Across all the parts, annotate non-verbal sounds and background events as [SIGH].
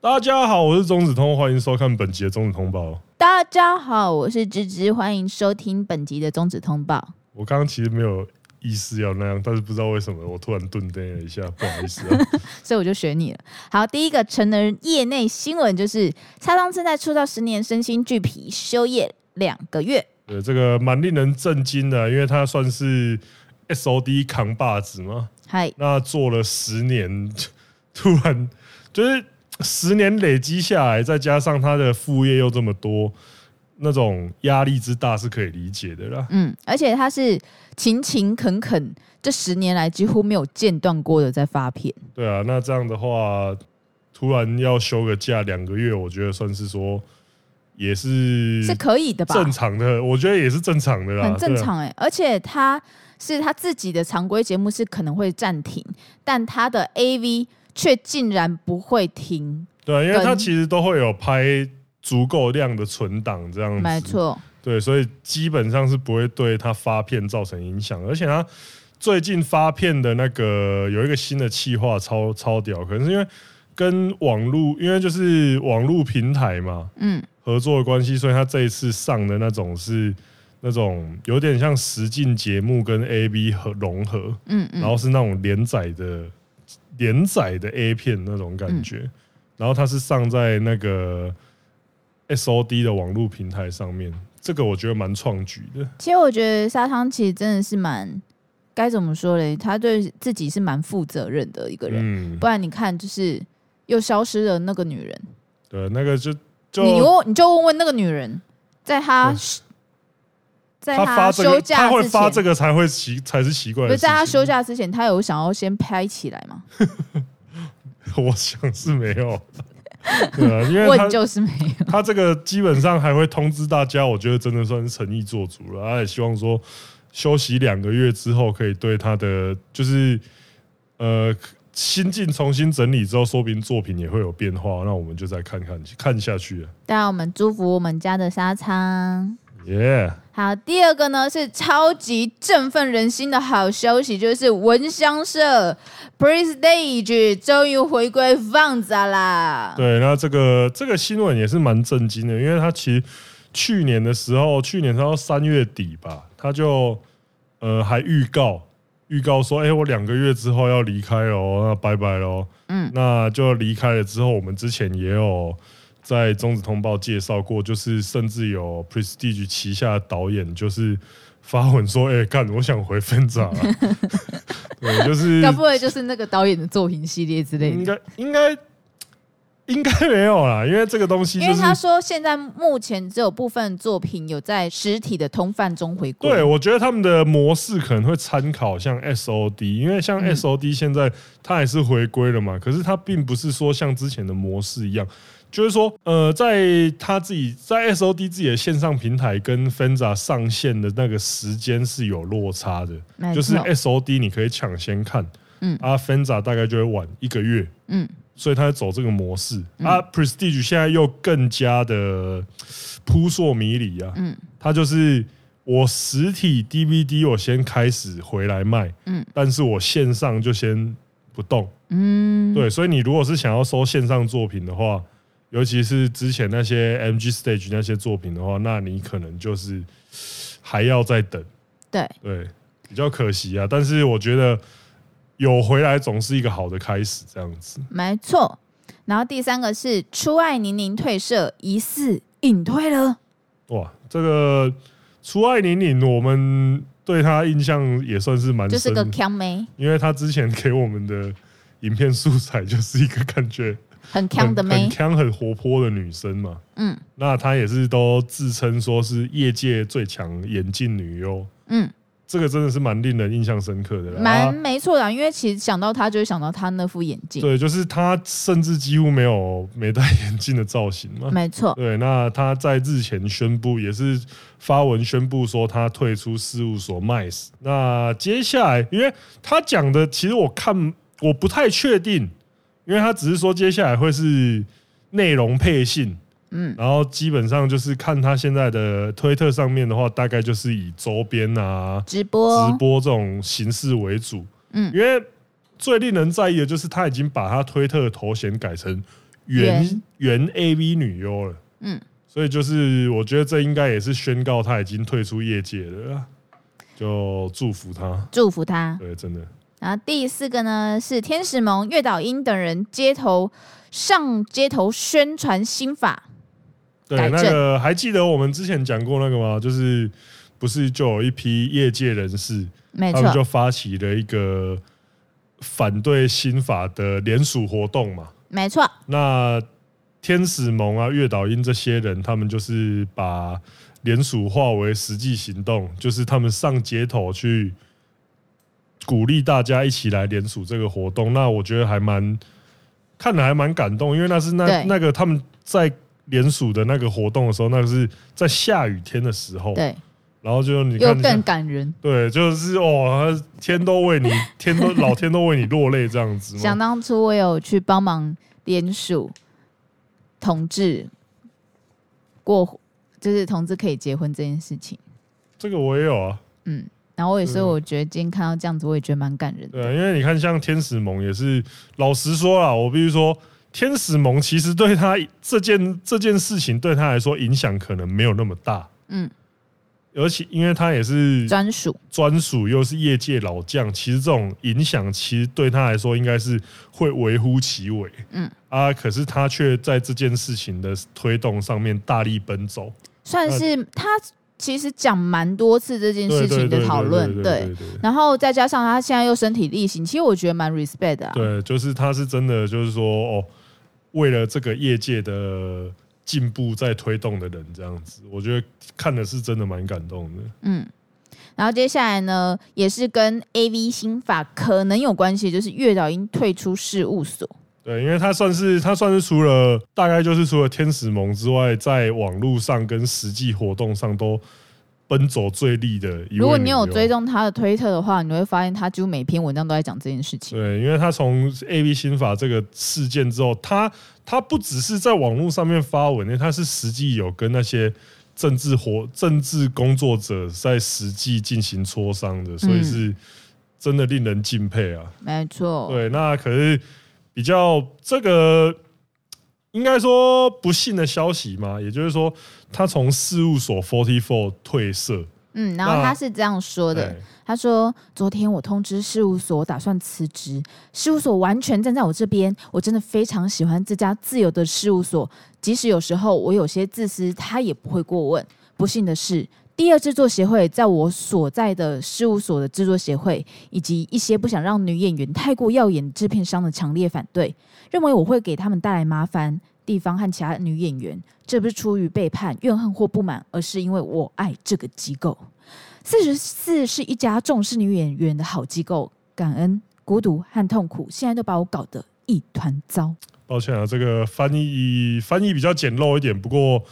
大家好，我是钟子通，欢迎收看本集的钟子通报。大家好，我是芝芝，欢迎收听本集的终止通报。我刚刚其实没有意思要那样，但是不知道为什么我突然顿呆了一下，不好意思、啊。所以我就选你了。好，第一个成人业内新闻就是蔡康正在出道十年，身心俱疲，休业两个月。对，这个蛮令人震惊的，啊因为他算是 S O D 扛把子嘛，嗨，那做了十年，突然就是十年累积下来，再加上他的副业又这么多，那种压力之大是可以理解的啦。嗯，而且他是勤勤恳恳，这十年来几乎没有间断过的在发片。对啊，那这样的话，突然要休个假两个月，我觉得算是说也是是可以的吧？嗯正常的，我觉得也是正常的啦，很正对啊。常哎、而且他是他自己的常规节目是可能会暂停，但他的 AV 却竟然不会停，对啊，因为跟他其实都会有拍足够量的存档这样子，没错，对，所以基本上是不会对他发片造成影响，而且他最近发片的那个有一个新的企划超超屌，可能是因为跟网络，因为就是网络平台嘛嗯，合作的关系，所以他这一次上的那种是那种有点像实境节目跟 A B 和融合，嗯然嗯，后是那种连载的连载的 A 片那种感觉，嗯然后它是上在那个 SOD 的网络平台上面，这个我觉得蛮创举的。其实我觉得沙汤其实真的是蛮该怎么说嘞？他对自己是蛮负责任的一个人，嗯，不然你看就是又消失了那个女人，对，那个就你就问你就问问那个女人，在她对在他发她这个休，他假会之发这前，个才会奇才是奇怪不的事是情。在她休假之前，她有想要先拍起来吗？ [LAUGHS] 我想是没 [LAUGHS] 有。对啊，因为他问就是没有。 [LAUGHS] 他这个基本上还会通知大家，我觉得真的算是诚意做足了。他也希望说休息两个月之后，可以对他的就是呃心境重新整理之后，说不定作品也会有变化。那我们就再看看看下去了。当然，我们祝福我们家的沙仓。耶、好，第二个呢是超级振奋人心的好消息，就是闻香社 Prestige 终于回归放杂啦。对，那这个这个新闻也是蛮震惊的，因为他其实去年的时候，去年到三月底吧，他就呃还预告预告说，哎、我两个月之后要离开喽，那拜拜喽。嗯，那就离开了之后，我们之前也有在中子通报介绍过，就是甚至有 Prestige 旗下的导演就是发文说，哎、干，我想回分长、啊， [LAUGHS] 对， [LAUGHS] 就是该不会就是那个导演的作品系列之类嗯应的？该应该应该没有啦，因为这个东西因就为是他说现在目前只有部分作品有在实体的通贩中回归。对，我觉得他们的模式可能会参考像 SOD，因为像嗯 SOD 现在它也是回归了嘛，可是它并不是说像之前的模式一样，就是说呃，在他自己在 SOD 自己的线上平台跟 Fenza 上线的那个时间是有落差的，没就是哎错， SOD 你可以抢先看，嗯啊 Fenza 大概就会晚一个月，嗯，所以他在走这个模式、啊。Prestige 现在又更加的扑朔迷离啊，嗯，它就是我实体 DVD 我先开始回来卖，嗯，但是我线上就先不动，嗯，对，所以你如果是想要收线上作品的话，尤其是之前那些 MG Stage 那些作品的话，那你可能就是还要再等，对，对，比较可惜啊。但是我觉得有回来总是一个好的开始，这样子。没错。然后第三个是初爱宁宁退社，疑似隐退了。哇，这个除爱玲玲，我们对她印象也算是蛮就是深，个的，强妹，因为她之前给我们的影片素材就是一个感觉很很强的很妹，强、很活泼的女生嘛。嗯那她也是都自称说是业界最强眼镜女优，嗯，这个真的是蛮令人印象深刻的啦。蛮啊没错的，因为其实想到她就会想到她那副眼镜，对，就是她甚至几乎没有没戴眼镜的造型嘛。没错，对，那他在日前宣布，也是发文宣布说他退出事务所 MICE。那接下来，因为他讲的，其实我看我不太确定，因为他只是说接下来会是内容配信，嗯然后基本上就是看他现在的推特上面的话，大概就是以周边啊、直播，直播这种形式为主。嗯因为最令人在意的就是他已经把他推特的头衔改成原原 A V 女优了。嗯，所以就是我觉得这应该也是宣告她已经退出业界了啦，就祝福她。祝福他。对，真的然后第四个呢是天使盟、月岛英等人街头上街头宣传新法，对改那正个还记得我们之前讲过那个吗？就是不是就有一批业界人士，没他们错，就发起了一个反对新法的联署活动嘛。没错，哦那天使盟啊、月岛英这些人，他们就是把联署化为实际行动，就是他们上街头去鼓励大家一起来联署这个活动。那我觉得还蛮看了还蛮感动，因为那是那对那个他们在联署的那个活动的时候，那个是在下雨天的时候，对，然后就你又看更感人，对，就是哦，天都为你，天都老天都为你落泪这样子嘛。想当初我有去帮忙联署同志过，就是同志可以结婚这件事情。这个我也有啊，嗯，然后我也所以嗯我觉得今天看到这样子，我也觉得蛮感人的。对，因为你看，像天使盟也是，老实说啦，我必须说，天使盟其实对他这件这件事情对他来说影响可能没有那么大，嗯，而且因为他也是专属专属又是业界老将，其实这种影响其实对他来说应该是会微乎其微，嗯啊，可是他却在这件事情的推动上面大力奔走，算呃是他其实讲蛮多次这件事对情对的对讨对论，对对。对对然后再加上他现在又身体力行，其实我觉得蛮 respect 的、啊。对，就是他是真的，就是说哦，为了这个业界的进步在推动的人，这样子，我觉得看的是真的蛮感动的。嗯。然后接下来呢，也是跟 A V 新法可能有关系，就是月岛英退出事务所。对，因为他算是他算是除了大概就是除了天使盟之外，在网络上跟实际活动上都奔走最力的一位。如果你有追踪，踪他的推特的话，你会发现他几乎每篇文章都在讲这件事情。对，因为他从 A B 新法这个事件之后，他他不只是在网络上面发文，因为他是实际有跟那些政治活政治工作者在实际进行磋商的，所以是真的令人敬佩啊。没错，对，那可是比较这个应该说不幸的消息嘛，也就是说他从事务所 Forty Four 退社，嗯，然后那哎他是这样说的，对他说：“昨天我通知事务所，我打算辞职。事务所完全站在我这边，我真的非常喜欢这家自由的事务所。即使有时候我有些自私，他也不会过问。不幸的是，第二制作协会在我所在的事务所的制作协会，以及一些不想让女演员太过耀眼的制片商的强烈反对，认为我会给他们带来麻烦。”地方和其他女演员，这不是出于背叛、怨恨或不满，而是因为我爱这个机构。四十四是一家重视女演员的好机构，感恩、孤独和痛苦，现在都把我搞得一团糟。抱歉啊，这个翻译翻译比较简陋一点，不过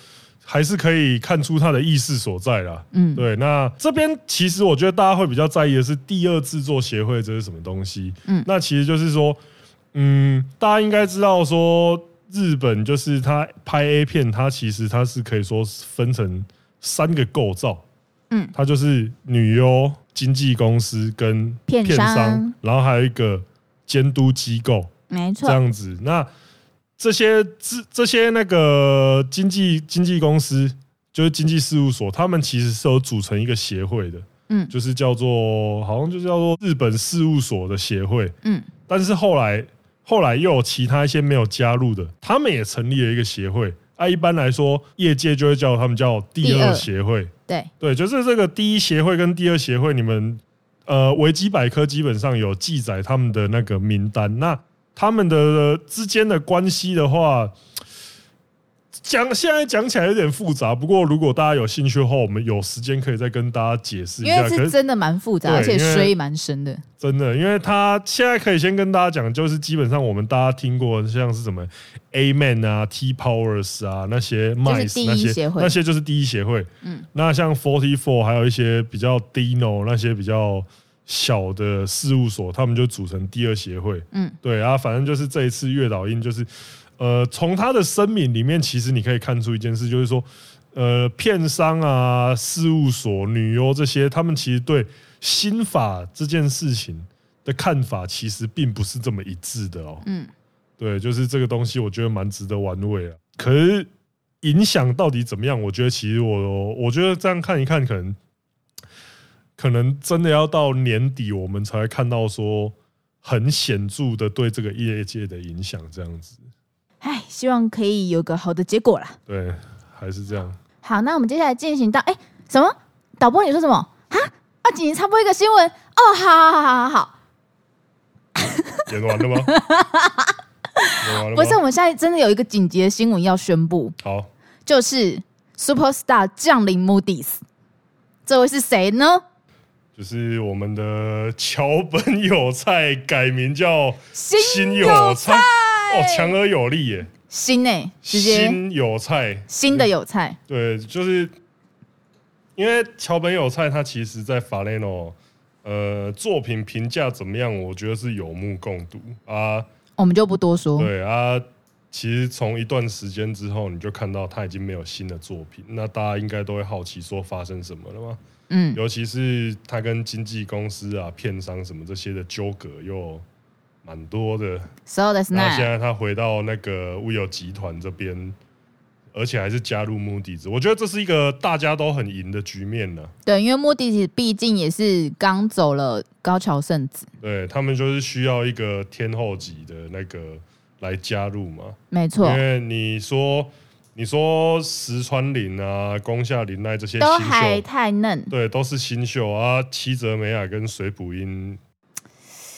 还是可以看出他的意思所在啦。嗯，对，那这边其实我觉得大家会比较在意的是第二制作协会这是什么东西。嗯那其实就是说，嗯，大家应该知道说，日本就是它拍 A 片，它其实它是可以说是分成三个构造。嗯它就是女优、经纪公司跟片商商然后还有一个监督机构。没这，样子。那这些这这些那个经纪经纪公司，就是经纪事务所，他们其实是有组成一个协会的，嗯就是叫做好像就叫做日本事务所的协会。嗯，但是后来后来又有其他一些没有加入的，他们也成立了一个协会。啊，一般来说，业界就会叫他们叫第第二二协会。对，对，就是这个第一协会跟第二协会，你们呃维基百科基本上有记载他们的那个名单。那他们的呃之间的关系的话，讲现在讲起来有点复杂。不过如果大家有兴趣的话，我们有时间可以再跟大家解释一因下。为可是是真的蛮复杂，对而且因为水蛮深的。真的，因为他现在可以先跟大家讲，就是基本上我们大家听过像是什么 A Man 啊、T Powers 啊那些 Mice 第一那些协会那些就是第一协会。嗯，那像 Forty Four 还有一些比较 Dino 那些比较小的事务所，他们就组成第二协会。嗯，对啊，反正就是这一次月岛英就是，呃，从他的声明里面，其实你可以看出一件事，就是说，呃，片商啊、事务所、女优这些，他们其实对新法这件事情的看法，其实并不是这么一致的哦。嗯，对，就是这个东西，我觉得蛮值得玩味啊。可是影响到底怎么样？我觉得其实我，我觉得这样看一看，可能可能真的要到年底，我们才会看到说很显著的对这个业界的影响，这样子。唉，希望可以有个好的结果啦。对，还是这样。好，那我们接下来进行到，哎、什么？导播，你说什么？啊？啊，紧急插播一个新闻哦，好好好好好好，演完 [LAUGHS] 了吗？演完了吗？不是，我们现在真的有一个紧急的新闻要宣布，好，就是 Superstar 降临 Moody's，这位是谁呢？就是我们的桥本有菜改名叫新有有菜，哦，强而有力耶！新呢、欸直接新有菜，新的有菜，对，就是因为桥本有菜，他其实在法雷诺，呃，作品评价怎么样，我觉得是有目共睹啊。我们就不多说。对啊，其实从一段时间之后，你就看到他已经没有新的作品，那大家应该都会好奇说发生什么了吗？嗯，尤其是他跟经纪公司啊、片商什么这些的纠葛又蛮多的。 so that's 然后现在 not 他回到那个乌有集团这边，而且还是加入目的子，我觉得这是一个大家都很赢的局面呢、对，因为莫迪毕竟也是刚走了高桥圣子，对他们就是需要一个天后级的那个来加入嘛，没因错，为你说你说石川绫啊、宫下绫奈这些都新还秀，太嫩。 [LAUGHS] 对，都是新秀啊。七泽美雅跟水补英，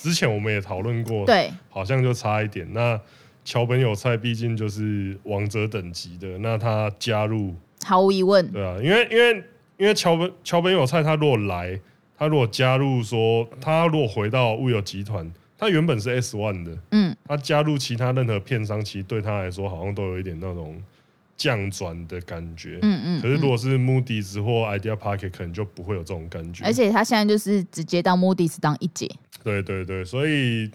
之前我们也讨论过，对，好像就差一点。那桥本有菜毕竟就是王者等级的，那他加入，毫无疑问，对啊，因为因为因为桥本桥本有菜他如果来，他如果加入说他如果回到物有集团，他原本是 S One 的，嗯，他加入其他任何片商，其实对他来说好像都有一点那种降转的感觉。嗯嗯。可是如果是 Moody's 或 Idea Pocket，可能就不会有这种感觉。而且他现在就是直接到 Moody's 当一姐，对对对，所以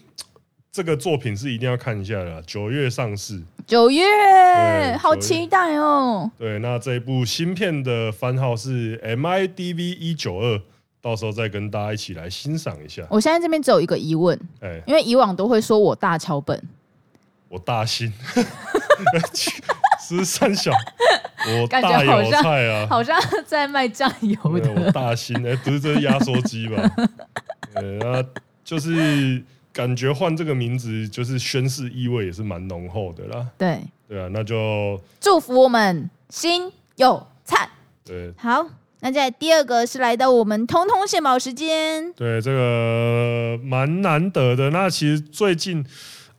这个作品是一定要看一下的啦，九月上市。九月，好九月期待哦！对，那这一部新片的番号是 MIDV 一九二，到时候再跟大家一起来欣赏一下。我现在这边只有一个疑问，哎、因为以往都会说我大桥本，我大新， [LAUGHS] 十三小，我感大觉好有像菜啊，好像在卖酱油对我的，大新，哎、不是这是压缩机吧？呃，那就是感觉换这个名字，就是宣誓意味也是蛮浓厚的啦。对，对啊，那就祝福我们新有菜。对好，那在第二个是来到我们通通献宝时间，对，这个呃蛮难得的。那其实最近，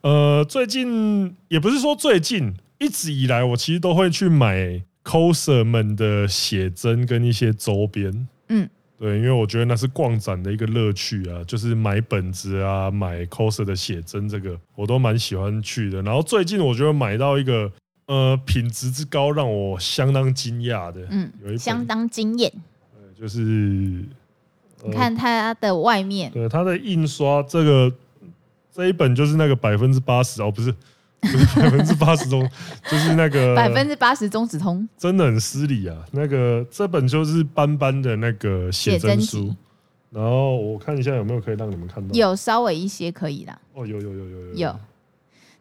呃，最近也不是说最近，一直以来我其实都会去买 coser 们的写真跟一些周边。嗯，对，因为我觉得那是逛展的一个乐趣啊，就是买本子啊，买 coser 的写真，这个我都蛮喜欢去的。然后最近我觉得买到一个。呃，品质之高让我相当惊讶的，嗯有一，本相当惊艳。就是嗯你看它的外面，对，它的印刷这个这一本就是那个百分之八十哦，不是不是百分之八十中，就是那个百分之八十中指通，真的很失礼啊。那个这本就是斑斑的那个写真写真书集，然后我看一下有没有可以让你们看到。有稍微一些可以啦。哦，有有有有有有。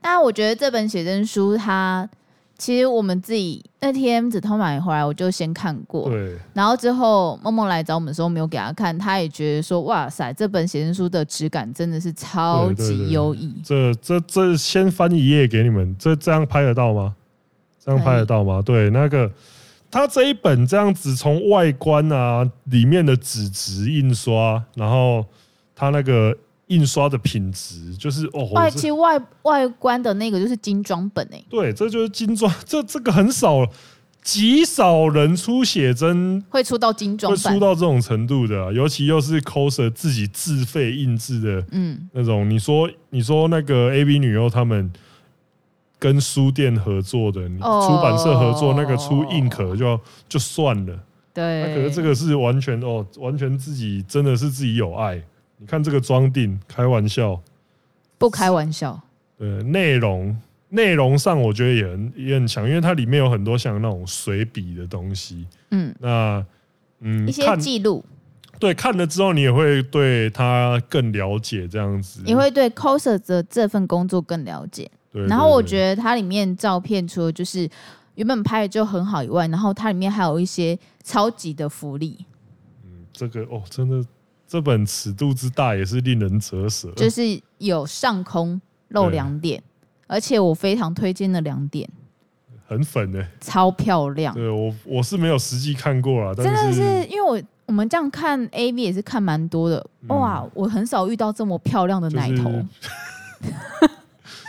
那我觉得这本写真书它，其实我们自己那天子通买回来，我就先看过，对然后之后梦梦来找我们的时候，没有给他看，他也觉得说，哇塞，这本写真书的质感真的是超对对对级优异，这这这先翻一页给你们，这这样拍得到吗？这样拍得到吗？对，那个它这一本这样子，从外观啊，里面的纸质印刷，然后它那个印刷的品质，就是哦，我这外哎其实外外观的那个就是精装本欸诶、对，这就是精装，这这个很少，极少人出写真会出到精装会出本，到这种程度的啊、尤其又是 coser 自己自费印制的嗯，那种，你说你说那个 A V 女优他们跟书店合作的，你哦出版社合作那个出硬壳就就算了，那对。可是这个是完全哦，完全自己真的是自己有爱。你看这个装订，开玩笑，不开玩笑，呃，内容内容上我觉得也很也很强，因为它里面有很多像那种随笔的东西，嗯，那嗯，一些看记录，对看了之后，你也会对它更了解这样子，嗯你会对 coser 的这份工作更了解。对。然后我得，觉得它里面照片除了就是原本拍的就很好以外，然后它里面还有一些超级的福利，嗯这个哦，真的，这本尺度之大也是令人折舌。就是有上空露对两点，嗯而且我非常推荐的两点，很粉呢、超漂亮。对我我是没有实际看过啦，但真的是是因为我我们这样看 A V 也是看蛮多的，嗯哇，我很少遇到这么漂亮的就是奶头，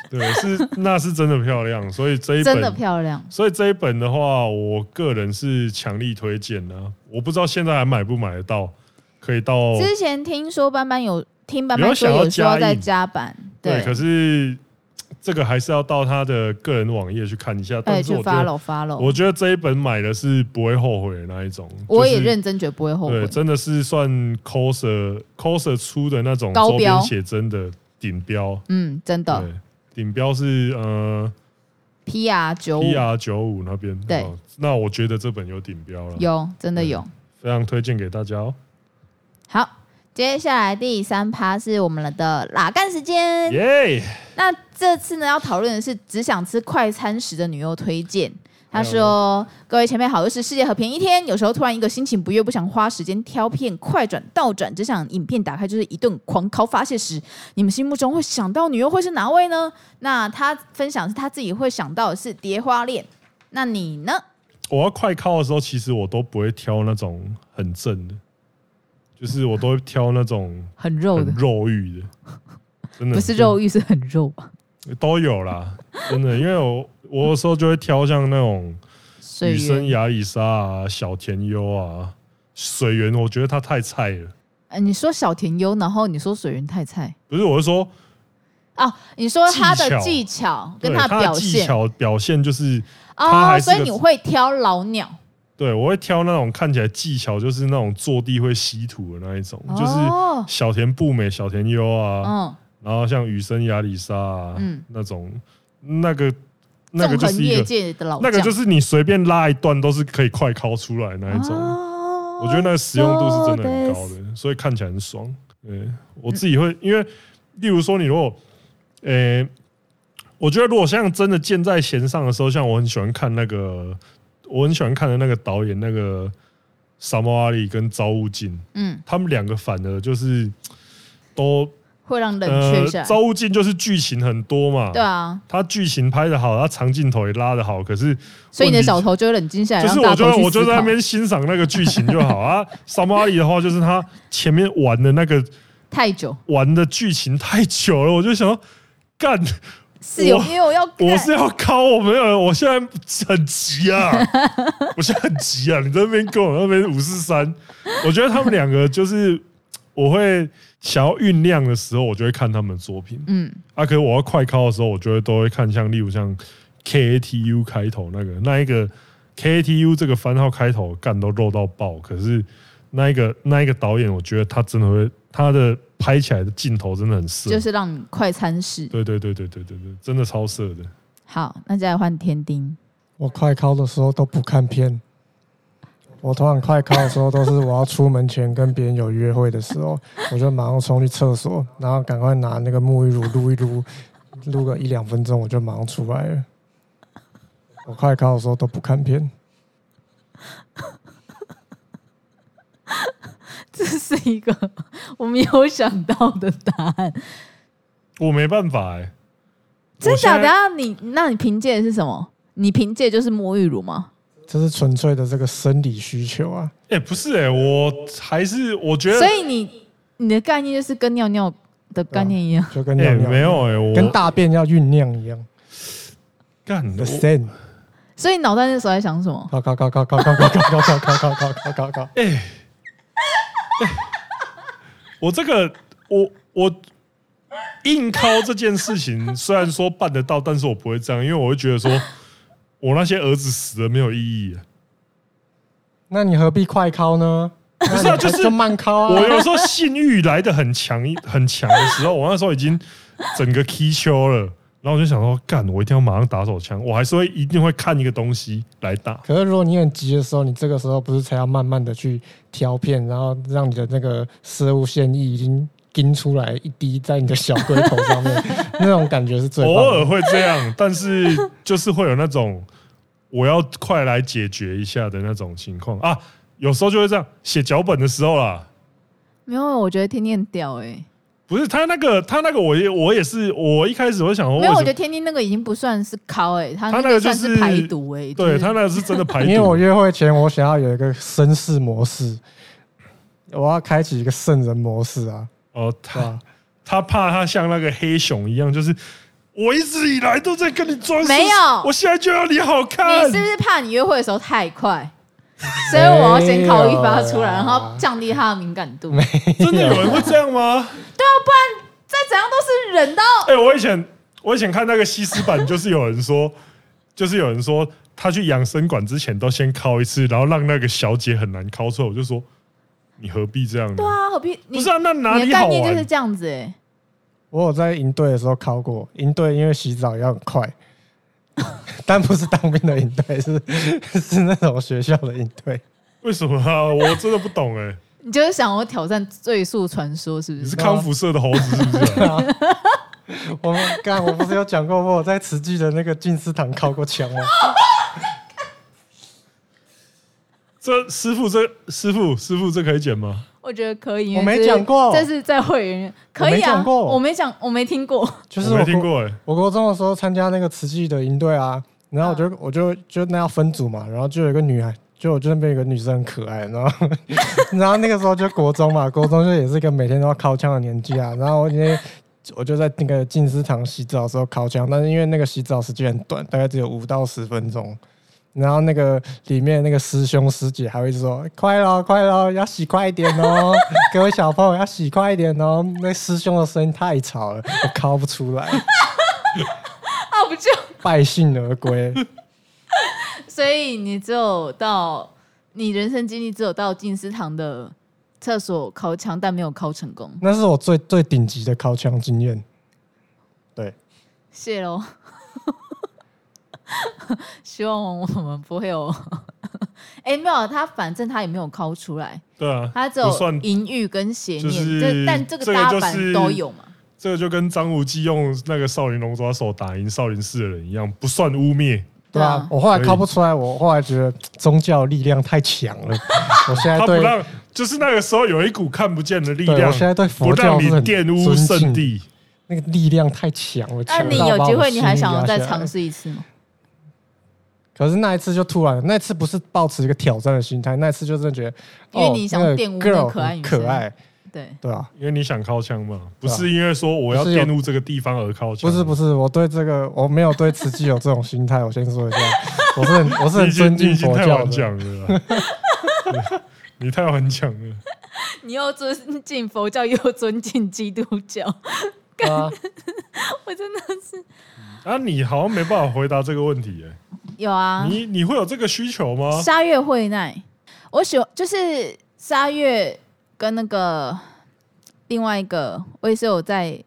对，是那是真的漂亮，所以这一真的本，漂亮。所以这一本的话，我个人是强力推荐的、我不知道现在还买不买得到，可以到之前听说班班有听班班哦有说想要有说要加在印加版，对，可是这个还是要到他的个人网页去看一下。哎，但是去我觉得， follow follow，我觉得这一本买的是不会后悔的那一种，我就是也认真觉得不会后悔对，。真的是算 coser coser 出的那种高周边标写真的顶标，嗯，真对的，顶标是呃，PR 九五 PR 九五那边，对哦那我觉得这本有顶标了，有，真的有。非常推荐给大家哦，好，接下来第三趴是我们的拉干时间。耶！那这次呢，要讨论的是只想吃快餐时的女优推荐。她还有说：“各位前辈好，又是世界和平一天。有时候突然一个心情不悦，不想花时间挑片、快转、倒转，只想影片打开就是一顿狂敲发泄时，你们心目中会想到女优会是哪位呢？那她分享是她自己会想到的是《蝶花恋》，那你呢？我要快靠的时候，其实我都不会挑那种很正的，就是我都会挑那种很肉很，肉 [LAUGHS] 欲的，真的哦不是肉欲，是很肉啊，都有啦，真的，因为我我有时候就会挑像那种岁雨生月。雅里莎啊、小田优啊、水源，我觉得他太菜了。呃你说小田优，然后你说水原太菜不是，我是说哦，你说她的技技巧跟对她他的表技现巧表现就是，他哦，还是所以个你会挑老鸟，对我会挑那种看起来技巧就是那种坐地会吸土的那一种，就是哦，小田步美、小田优啊，嗯，然后像雨生雅里莎啊、嗯那种，那个那个纵就是横一业个界的老那将，个就是你随便拉一段都是可以快敲出来的那一种。哦我觉得那个使用度是真的很高的，所以看起来很爽。对我自己会，因为例如说，你如果，呃、我觉得如果像真的箭在弦上的时候，像我很喜欢看那个，我很喜欢看的那个导演那个萨莫阿里跟朝雾镜，嗯，他们两个反而就是都会让冷呃却下，来，朝雾镜就是剧情很多嘛，对啊，他剧情拍的好，他长镜头也拉的好，可是所以你的问题小头就会冷静下来，就是哎让我觉大头得去我就思在那考。边欣赏那个剧情就好啊。 [LAUGHS] 萨马里的话，就是他前面玩的那个太久玩的剧情太久了，我就想说干，是有我，因为我要我看是要考我没有，我现在很急啊， [LAUGHS] 我现在很急啊，你在那边跟我那边五四三，我觉得他们两个就是我会想要酝酿的时候，我就会看他们的作品嗯，啊。可是我要快考的时候，我就会都会看像例如像 KATU 开头那个那一个 KATU 这个番号开头干都肉到爆，可是那一个那一个导演，我觉得他真的会他的拍起来的镜头真的很色，就是让你快餐式。对对对对对对对，真的超色的。好，那再来换天丁， [LAUGHS] 我快考的时候都不看片，我通常快考的时候都是我要出门前跟别人有约会的时候，我就马上冲去厕所，然后赶快拿那个沐浴乳撸一撸，撸个一两分钟我就马上出来了。我快考的时候都不看片，这是一个 [LAUGHS] 我没有想到的答案，我没办法哎、真我现假在的啊？你那你凭借的是什么？你凭借就是沐浴乳吗？这是纯粹的这个生理需求啊。哎、不是哎、我还是我觉得所以你你的概念就是跟尿尿的概念一样，就跟哎、尿尿、没有哎、跟我大便要酝酿一样。干我 The same，所以你脑袋那时候在想什么？咔咔咔咔咔咔咔咔咔咔咔咔咔咔，哎、哎我这个我我硬掏这件事情， [LAUGHS] 虽然说办得到，但是我不会这样，因为我会觉得说我那些儿子死了没有意义、啊那你何必快考呢？不是啊就是就慢考啊。我有时候性欲来的很强很强的时候，我那时候已经整个 K 秋了。然后我就想说，干，我一定要马上打手枪，我还是会一定会看一个东西来打。可是如果你很急的时候，你这个时候不是才要慢慢的去挑片，然后让你的那个事物线意已经滴出来一滴在你的小龟头上面， [LAUGHS] 那种感觉是最棒偶尔的。会这样，但是就是会有那种我要快来解决一下的那种情况啊。有时候就会这样，写脚本的时候啦，没有，我觉得天天很屌哎、欸，不是他那个他那个我也我也是我一开始哦我想说没有，为我什么觉得天天那个已经不算是考哎、欸，他他那那个就算是排毒哎、欸，就对是他那个是真的排因为我毒，约会前，我想要有一个绅士模式，我要开启一个圣人模式啊，哦对他吧？他怕他像那个黑熊一样，就是我一直以来都在跟你装，没有我现在就要你好看，你是不是怕你约会的时候太快，所以我要先考一发出来，没有啦然后降低他的敏感度？啊没真的有人会这样吗？ [LAUGHS] 再怎样都是忍到哎、我以前我以前看那个西施版，就是有人说，就是有人说他去养生馆之前都先敲一次，然后让那个小姐很难敲出来。我就说，你何必这样呢对？啊，何必？你不是啊，那哪你里的概好念就玩？是这样子哎、欸。我有在营队的时候考过，营队因为洗澡要很快， [LAUGHS] 但不是当兵的营队，是 [LAUGHS] 是那种学校的营队。为什么啊？我真的不懂 [LAUGHS] 哎、你就是想要挑战最速传说，是不你是是？康复社的猴子是不是、啊？ [LAUGHS] 我们刚我不是有讲过，我有在慈济的那个进士堂考过枪吗？这师傅这师傅师傅这可以剪吗？我觉得可以，因为我没这是讲过这是在会员可以我没啊讲，过我没讲，我没听过， [LAUGHS] 就是我我没听国过哎、我国中的时候参加那个慈济的营队啊，然后我就、我就就那要分组嘛，然后就有一个女孩，就我就那边有个女生很可爱，然后然后那个时候就国中嘛，国中就也是一个每天都要靠枪的年纪啊，然后我那我就在那个进食堂洗澡的时候靠枪，但是因为那个洗澡时间很短，大概只有五到十分钟。然后那个里面那个师兄师姐还会一直说：“快咯，快咯，要洗快一点哦， [LAUGHS] 各位小朋友要洗快一点哦。”那师兄的声音太吵了，我靠不出来。啊，不就？败兴而 [LAUGHS] 归。所以你只有到你人生经历只有到进思堂的厕所敲墙，但没有敲成功，那是我最最顶级的靠枪经验。对，谢喽。 [LAUGHS] 希望我们不会有， [LAUGHS] 哎、没有，他反正他也没有敲出来，对啊，他只不算有淫欲跟邪念，就是这但这这个个大就板是都有嘛。这个就跟张无忌用那个少林龙爪手打赢少林寺的人一样，不算污蔑。对啊，我后来靠不出来，我 [LAUGHS] 后来觉得宗教力量太强 [LAUGHS] 了。我现在他不哎对，让，就是那个时候有一股看不见的力对量我，现在对不佛让教你是很玷污尊圣敬，地。那个力量太强了。那强你到有把机我会，你心还力想要压再下来尝？试一次 [LAUGHS] 吗？可是那一次就突然，那次不是抱持一个挑战的心态，那一次就真的觉得，因为哦你想那个玷污那 girl 可爱很女可生爱，对，对啊。因为你想靠枪嘛，不对啊是因为说我要不是有玷污这个地方而靠枪，不是不是，是，我对这个我没有对慈济有这种心态。我先说一下，我是很我你是很已经尊你已敬经佛太教顽的。强了啦， [LAUGHS] 你你太顽强了。你又尊敬佛教，又尊敬基督教， [LAUGHS] 对啊，我真的啊，你好像没办法回答这个问题耶、有啊。你你会有这个需求吗？沙月惠奈，我喜欢就是沙月跟那个另外一个，我也是有在，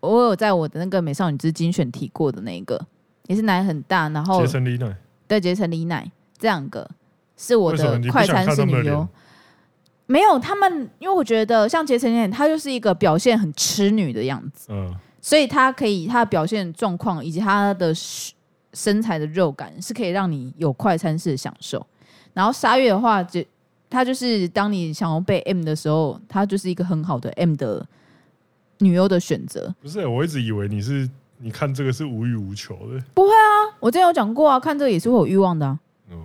我有在我的那个美少女之精选提过的那一个，也是奶很大，然后杰森李奈，对杰成李奶这两个是我为什么的你不快想餐看式他们的女优脸。？没有他们，因为我觉得像杰成李奶，她就是一个表现很痴女的样子。嗯，所以他可以他的表现状况以及他的身材的肉感是可以让你有快餐式的享受。然后沙月的话，就她就是当你想要被 M 的时候，她就是一个很好的 M 的女优的选择。不是耶、我一直以为你是你看这个是无欲无求的。我之前有讲过啊，看这个也是会有欲望的、啊，哦，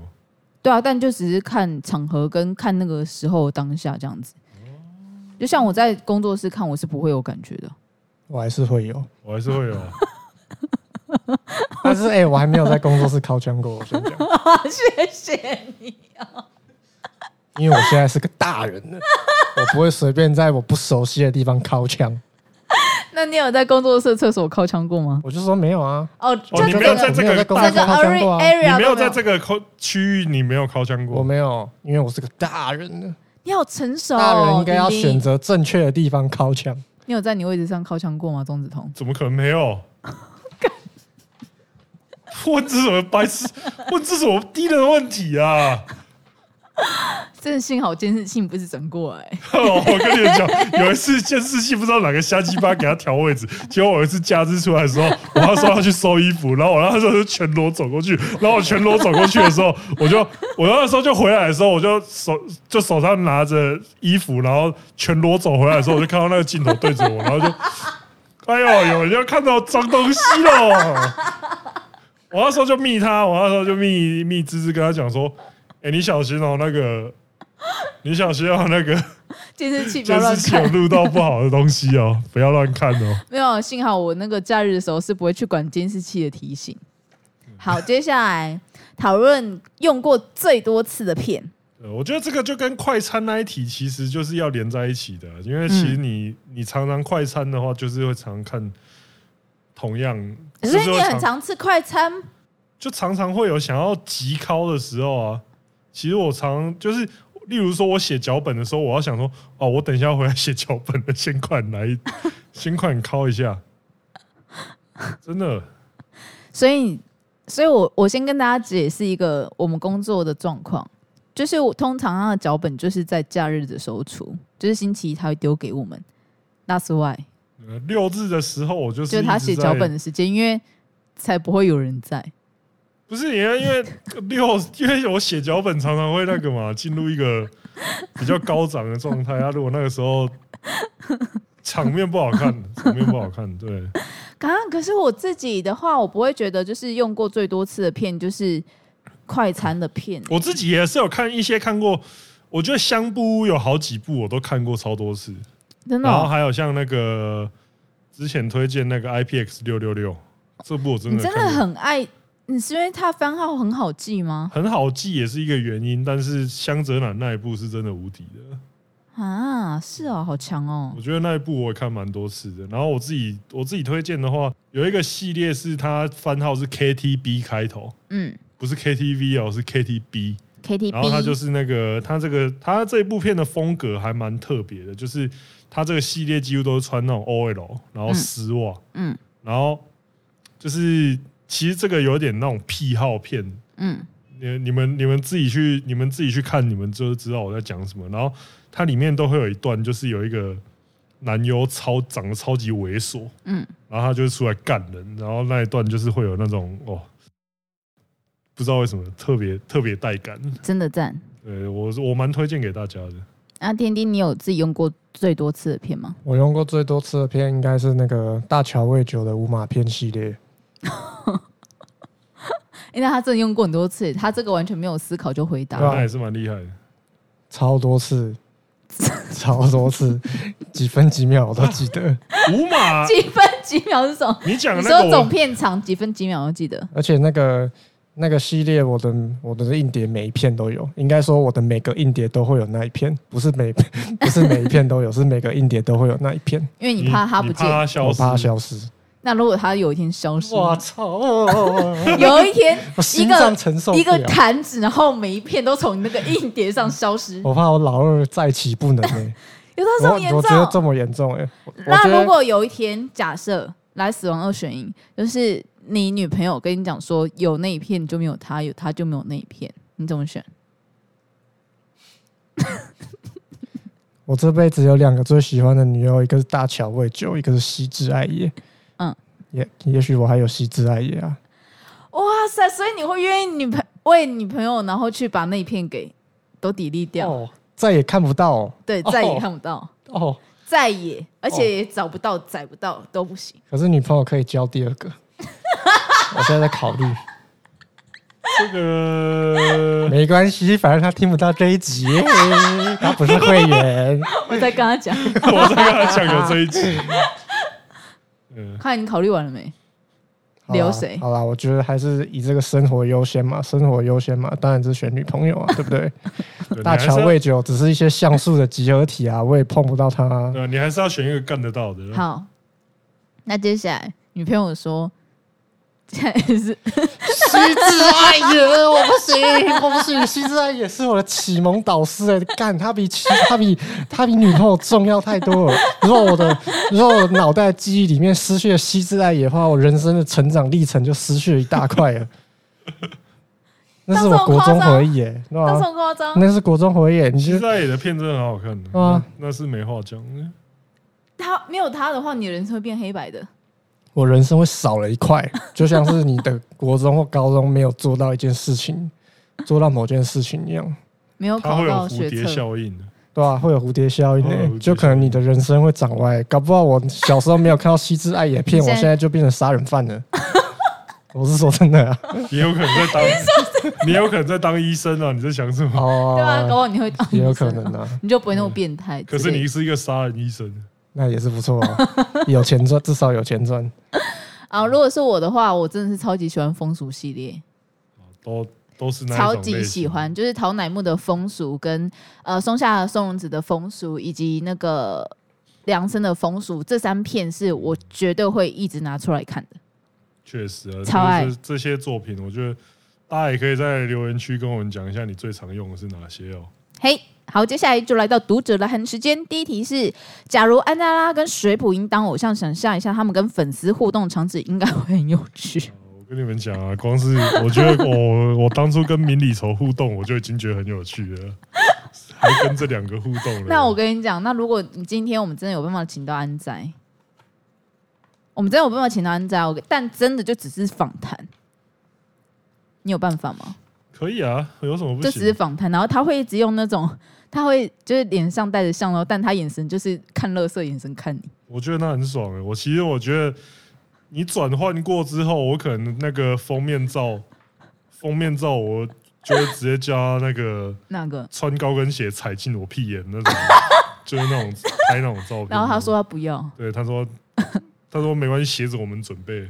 对啊，但就只是看场合跟看那个时候当下这样子。就像我在工作室看，我是不会有感觉的。我还是会有，我还是会有啊。但是哎、我还没有在工作室靠枪过。我先讲， [LAUGHS] 谢谢你。哦因为我现在是个大人了，我不会随便在我不熟悉的地方靠枪。那你有在工作室厕所靠墙过吗？我就说没有啊，哦，就哦，你整没有个在这我没有个在工大作整个室靠枪 area 过啊你 area 没都有在这个空区域，你没有靠枪我过。没有，因为我是个大人了，你好成熟、哦，大人应该要丁丁选。择正确的地方靠枪。你有在你位置上靠墙过吗？钟子 [LAUGHS] 彤，怎么可能没有？ [LAUGHS] 问这什么白痴？问这什么低能问题啊？真的幸好监视器不是整过哎来、 [LAUGHS] 我跟你们讲，有一次监视器不知道哪个瞎鸡巴给他调位置，结果我有一次假日出来的时候，我要说要去收衣服，然后我那时候就全裸走过去，然后我全裸走过去的时候，我就我那时候就回来的时候，我就手就手上拿着衣服，然后全裸走回来的时候，我就看到那个镜头对着我，然后就，哎呦，有人要看到脏东西了。我那时候就密他，我那时候就密密芝芝跟他讲说，哎、你小心哦、那个。你小心哦、那个监视器不要监乱视器有看。录到不好的东西哦， [LAUGHS] 不要乱看哦。 [LAUGHS] 没有，幸好我那个假日的时候是不会去管监视器的提醒。嗯好，接下来讨论用过最多次的片。呃我觉得这个就跟快餐那一题其实就是要连在一起的，啊因为其实嗯你、你常常快餐的话，就是会常看同样，就所以是你会很常常吃快餐，就常常会有想要急敲的时候啊。其实我常就是，例如说我写脚本的时候，我要想说，哦，我等一下回来写脚本的，先快来， [LAUGHS] 先快敲一下，真的。所以，所以我我先跟大家解释一个我们工作的状况，就是我通常他的脚本就是在假日的时候出，就是星期一他会丢给我们，That's why，呃六日的时候，我就是就是他一直写脚在本的时间，因为才不会有人在。不是因为因为六， [LAUGHS] 因为我写脚本常常会那个嘛，进入一个比较高涨的状态啊。如果那个时候场面不好看， [LAUGHS] 场面不好看，对，啊，可是我自己的话，我不会觉得就是用过最多次的片就是快餐的片，我自己也是有看一些看过，我觉得香布屋有好几部我都看过超多次，真的然后哦、还有像那个之前推荐那个 IPX 六六六这部我真你的真的看过很爱，你是因为它番号很好记吗？很好记也是一个原因，但是香泽乃那一部是真的无敌的。啊，是哦，好强哦我，觉得那一部我也看蛮多次的。然后我自己我自己推荐的话，有一个系列是它番号是 KTB 开头，嗯不是 KTV 哦，是 KTB。 ，KTB，然后它就是那个它这个它这一部片的风格还蛮特别的，就是它这个系列几乎都是穿那种 OL，然后丝袜，嗯然后就是其实这个有点那种癖好片，嗯，你你们你们自己去你们自己去看，你们就知道我在讲什么。然后它里面都会有一段，就是有一个男优超长得超级猥琐，嗯，然后他就出来干人，然后那一段就是会有那种哦，不知道为什么特别特别带感。真的赞。对我我蛮推荐给大家的。那天丁，你有自己用过最多次的片吗？我用过最多次的片应该是那个大乔味酒的五马片系列，因为他真的用过很多次，他这个完全没有思考就回对答啊。那也是蛮厉害的，超 [LAUGHS] 多次，超多次，几分几秒我都记得。五马， [LAUGHS] 几分几秒是什么？你啊讲你的说那个总我片长几分几秒要记得？而且那个那个系列，我的我的硬碟每一片都有，应该说我的每个硬碟都会有那一片，不是每 [LAUGHS] 不是每一片都有，是每个硬碟都会有那一 [LAUGHS] 片，因为嗯你怕他不你见。怕他消我怕它失，消失。那如果他有一天消失， [LAUGHS] 我操！我有一天一心脏个承受不一个了，坛子，然后每一片都从你那个硬碟上消失，我怕我老二再起不能 [LAUGHS] 欸有到这我么严我觉得这重？么严重哎、欸，我我那觉如得果有一天假设来死亡二选一，就是你女朋友跟你讲说有那一片就没有他，有他就没有那一片，你怎么选？我这辈子有两个最喜欢的女友，一个是大乔未久，一个是西之爱也。嗯，也也许我还有西之爱也啊。哇塞！所以你会愿意女朋为女朋友，然后去把那一片给都抵力掉，哦，再也看不到哦。对，哦再也看不到，哦再也而且也找不到、载不到都不行。可是女朋友可以交第二个。 [LAUGHS] 我现在在考虑，这个 [LAUGHS] 没关系，反正他听不到这一集，他不是会员。我再跟他讲，我在跟他讲有这一集。嗯，看你考虑完了没？啊好啦留谁好啦，我觉得还是以这个生活优先嘛，生活优先嘛，当然是选女朋友啊，对不对？ [LAUGHS] 对大你还是乔要未久只是一些像素的集合体啊，我也碰不到他、啊。对，你还是要选一个干得到的。好，那接下来女朋友说，现在 [LAUGHS] 是西之爱也，我不行，哎我不行。西之爱也是我的启蒙导师哎、干他比其他比他比女朋友重要太多了。如果我的如果我脑袋记忆里面失去了西之爱也的话，我人生的成长历程就失去了一大块了。那是我国中回忆耶，对到这啊，么夸张？那是国中回忆耶，你西就大野的片真的很好看的啊，那是没话讲。他没有他的话，你的人生会变黑白的。我人生会少了一块，就像是你的国中或高中没有做到一件事情，做到某件事情一样，没有它考会有到蝴学蝶测，效应的，对啊，会有蝴蝶效应会有蝴耶蝶，就可能你的人生会长歪，搞不好我小时候没有看到西之爱野片，[LAUGHS] 你我现在现在就变成杀人犯了。 [LAUGHS] 我是说真的啊，也有可能在当， [LAUGHS] 你有可能在当医生啊！你在想什么？[LAUGHS] 哦，对啊，搞不好你会当也有医生可啊能，啊， [LAUGHS] 你就不会那么变态之可类的。是你是一个杀人医生，那也是不错啊，有钱赚，至少有钱赚。啊，如果是我的话，我真的是超级喜欢风俗系列，都都是那一种超类级型喜欢，就是桃乃木的风俗跟呃松下松隆子的风俗，以及那个梁生的风俗，这三片是我绝对会一直拿出来看的。确实啊，超爱就是这些作品，我觉得大家也可以在留言区跟我们讲一下你最常用的是哪些哦。嘿、好，接下来就来到读者来函时间。第一题是：假如安娜拉跟水普应当偶像，想象一下他们跟粉丝互动场景，应该会很有趣。我跟你们讲啊， [LAUGHS] 光是我觉得我我当初跟明里愁互动，我就已经觉得很有趣了，还跟这两个互动了。 [LAUGHS] 那我跟你讲，那如果你今天我们真的有办法请到安仔，我们真的有办法请到安仔，我但真的就只是访谈，你有办法吗？可以啊，有什么不就只是行？访谈，然后他会一直用那种，他会就是脸上带着笑容，但他眼神就是看乐色眼神看你。我觉得那很爽欸诶。我其实我觉得你转换过之后，我可能那个封面照，封面照我就会直接加那个那个，穿高跟鞋踩进我屁眼那种，就是那种拍那种照片。然后他说他不要，对，他说，他说没关系，鞋子我们准备，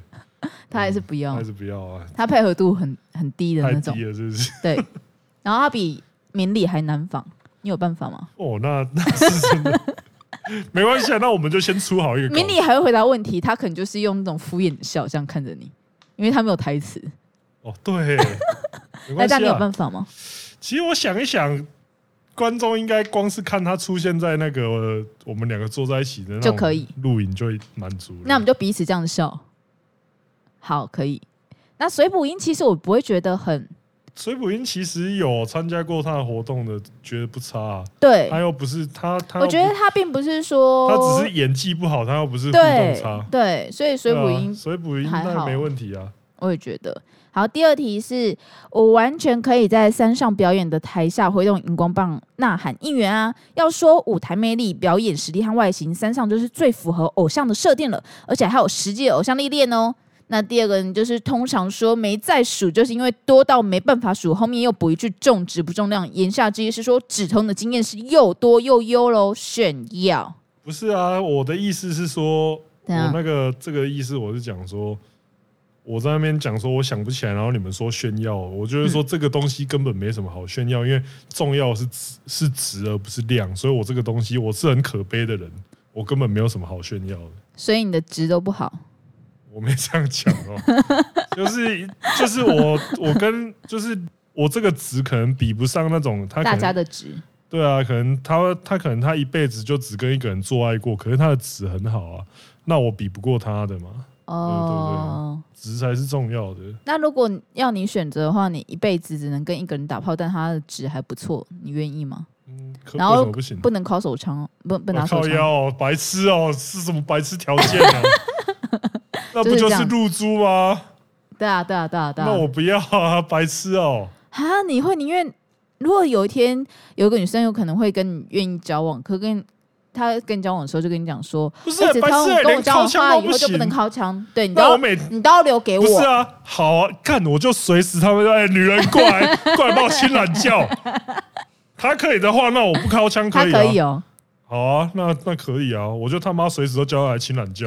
他还是不要还，是不要啊，他配合度很很低的太 [LAUGHS] 那种，低了，是不是？对。然后他比明理还难访，你有办法吗？哦，那那是真的， [LAUGHS] 没关系啊，那我们就先出好一个稿明理还会回答问题，他可能就是用那种敷衍的笑这样看着你，因为他没有台词。哦，对，没那关这样系哎你有啊。办法吗？其实我想一想，观众应该光是看他出现在那个呃我们两个坐在一起的那就种可以录影就满足了。那我们就彼此这样笑。好，可以。那水补音其实我不会觉得很水普英其实有参加过他的活动的，觉得不差、啊。对他，又不是他，他又我觉得他并不是说他只是演技不好，他又不是互动对差。对，所以水补音对啊水补音还那好没问题啊。我也觉得。好，第二题是我完全可以在山上表演的台下挥动荧光棒呐喊应援啊！要说舞台魅力、表演实力和外形，山上就是最符合偶像的设定了，而且还有实际的偶像历练哦。那第二个呢，就是通常说没再数，就是因为多到没办法数，后面又补一句重质不重量，言下之意是说止痛的经验是又多又优喽，炫耀。啊不是啊，我的意思是说，我怎样那个这个意思我是讲说，我在那边讲说我想不起来，然后你们说炫耀，我就是说这个东西根本没什么好炫耀，因为重要的是值是值而不是量，所以我这个东西我是很可悲的人，我根本没有什么好炫耀的。所以你的值都不好，我没这样讲哦，就是就是我我跟就是我这个值可能比不上那种他可大能家的值。对啊，可能他他可能他一辈子就只跟一个人做爱过，可是他的值很好啊，那我比不过他的嘛，哦。值才是重要的。那如果要你选择的话，你一辈子只能跟一个人打炮，但他的值还不错，你愿意吗？嗯，可为然后什么不行？不能靠手枪哦，不不拿啊手靠腰枪。哦，白痴哦，是什么白痴条件 [LAUGHS] 啊？那不就是露珠吗？对啊，对啊，对啊，对那我啊。不要啊，白痴哦！啊，你会宁愿如果有一天有一个女生有可能会跟你愿意交往，可跟她跟你交往的时候就跟你讲说，不是哎只白痴要欸跟我连交往靠枪的话，都以不后就不行能靠枪，对你都那要我每你都要留给不是我。啊，好啊，看我就随时他们说，哎，女人过来 [LAUGHS] 过来帮我亲懒觉。 [LAUGHS] 他可以的话，那我不靠枪他以可啊。以哦，好啊，那那可以啊，我就他妈随时都叫他来亲懒觉，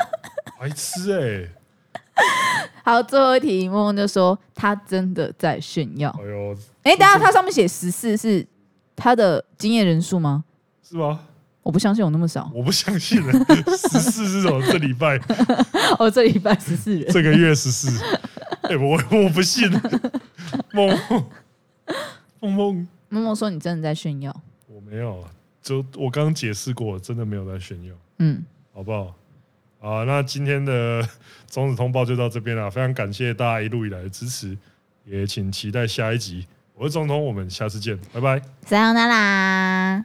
[LAUGHS] 白痴哎、好，最后一题，梦梦就说他真的在炫耀。哎呦，哎，等一下，他上面写十四是他的经验人数吗？是吧？我不相信有那么少。我不相信了，十四是什么？这礼拜、哦，这礼拜十四人。这个月十四，哎，我我不信，梦梦梦，萌萌说你真的在炫耀，我没有，就我刚刚解释过，真的没有在炫耀，嗯，好不好？啊，那今天的种子通报就到这边了，非常感谢大家一路以来的支持。也请期待下一集。我是总统，我们下次见，拜拜。撒由那啦。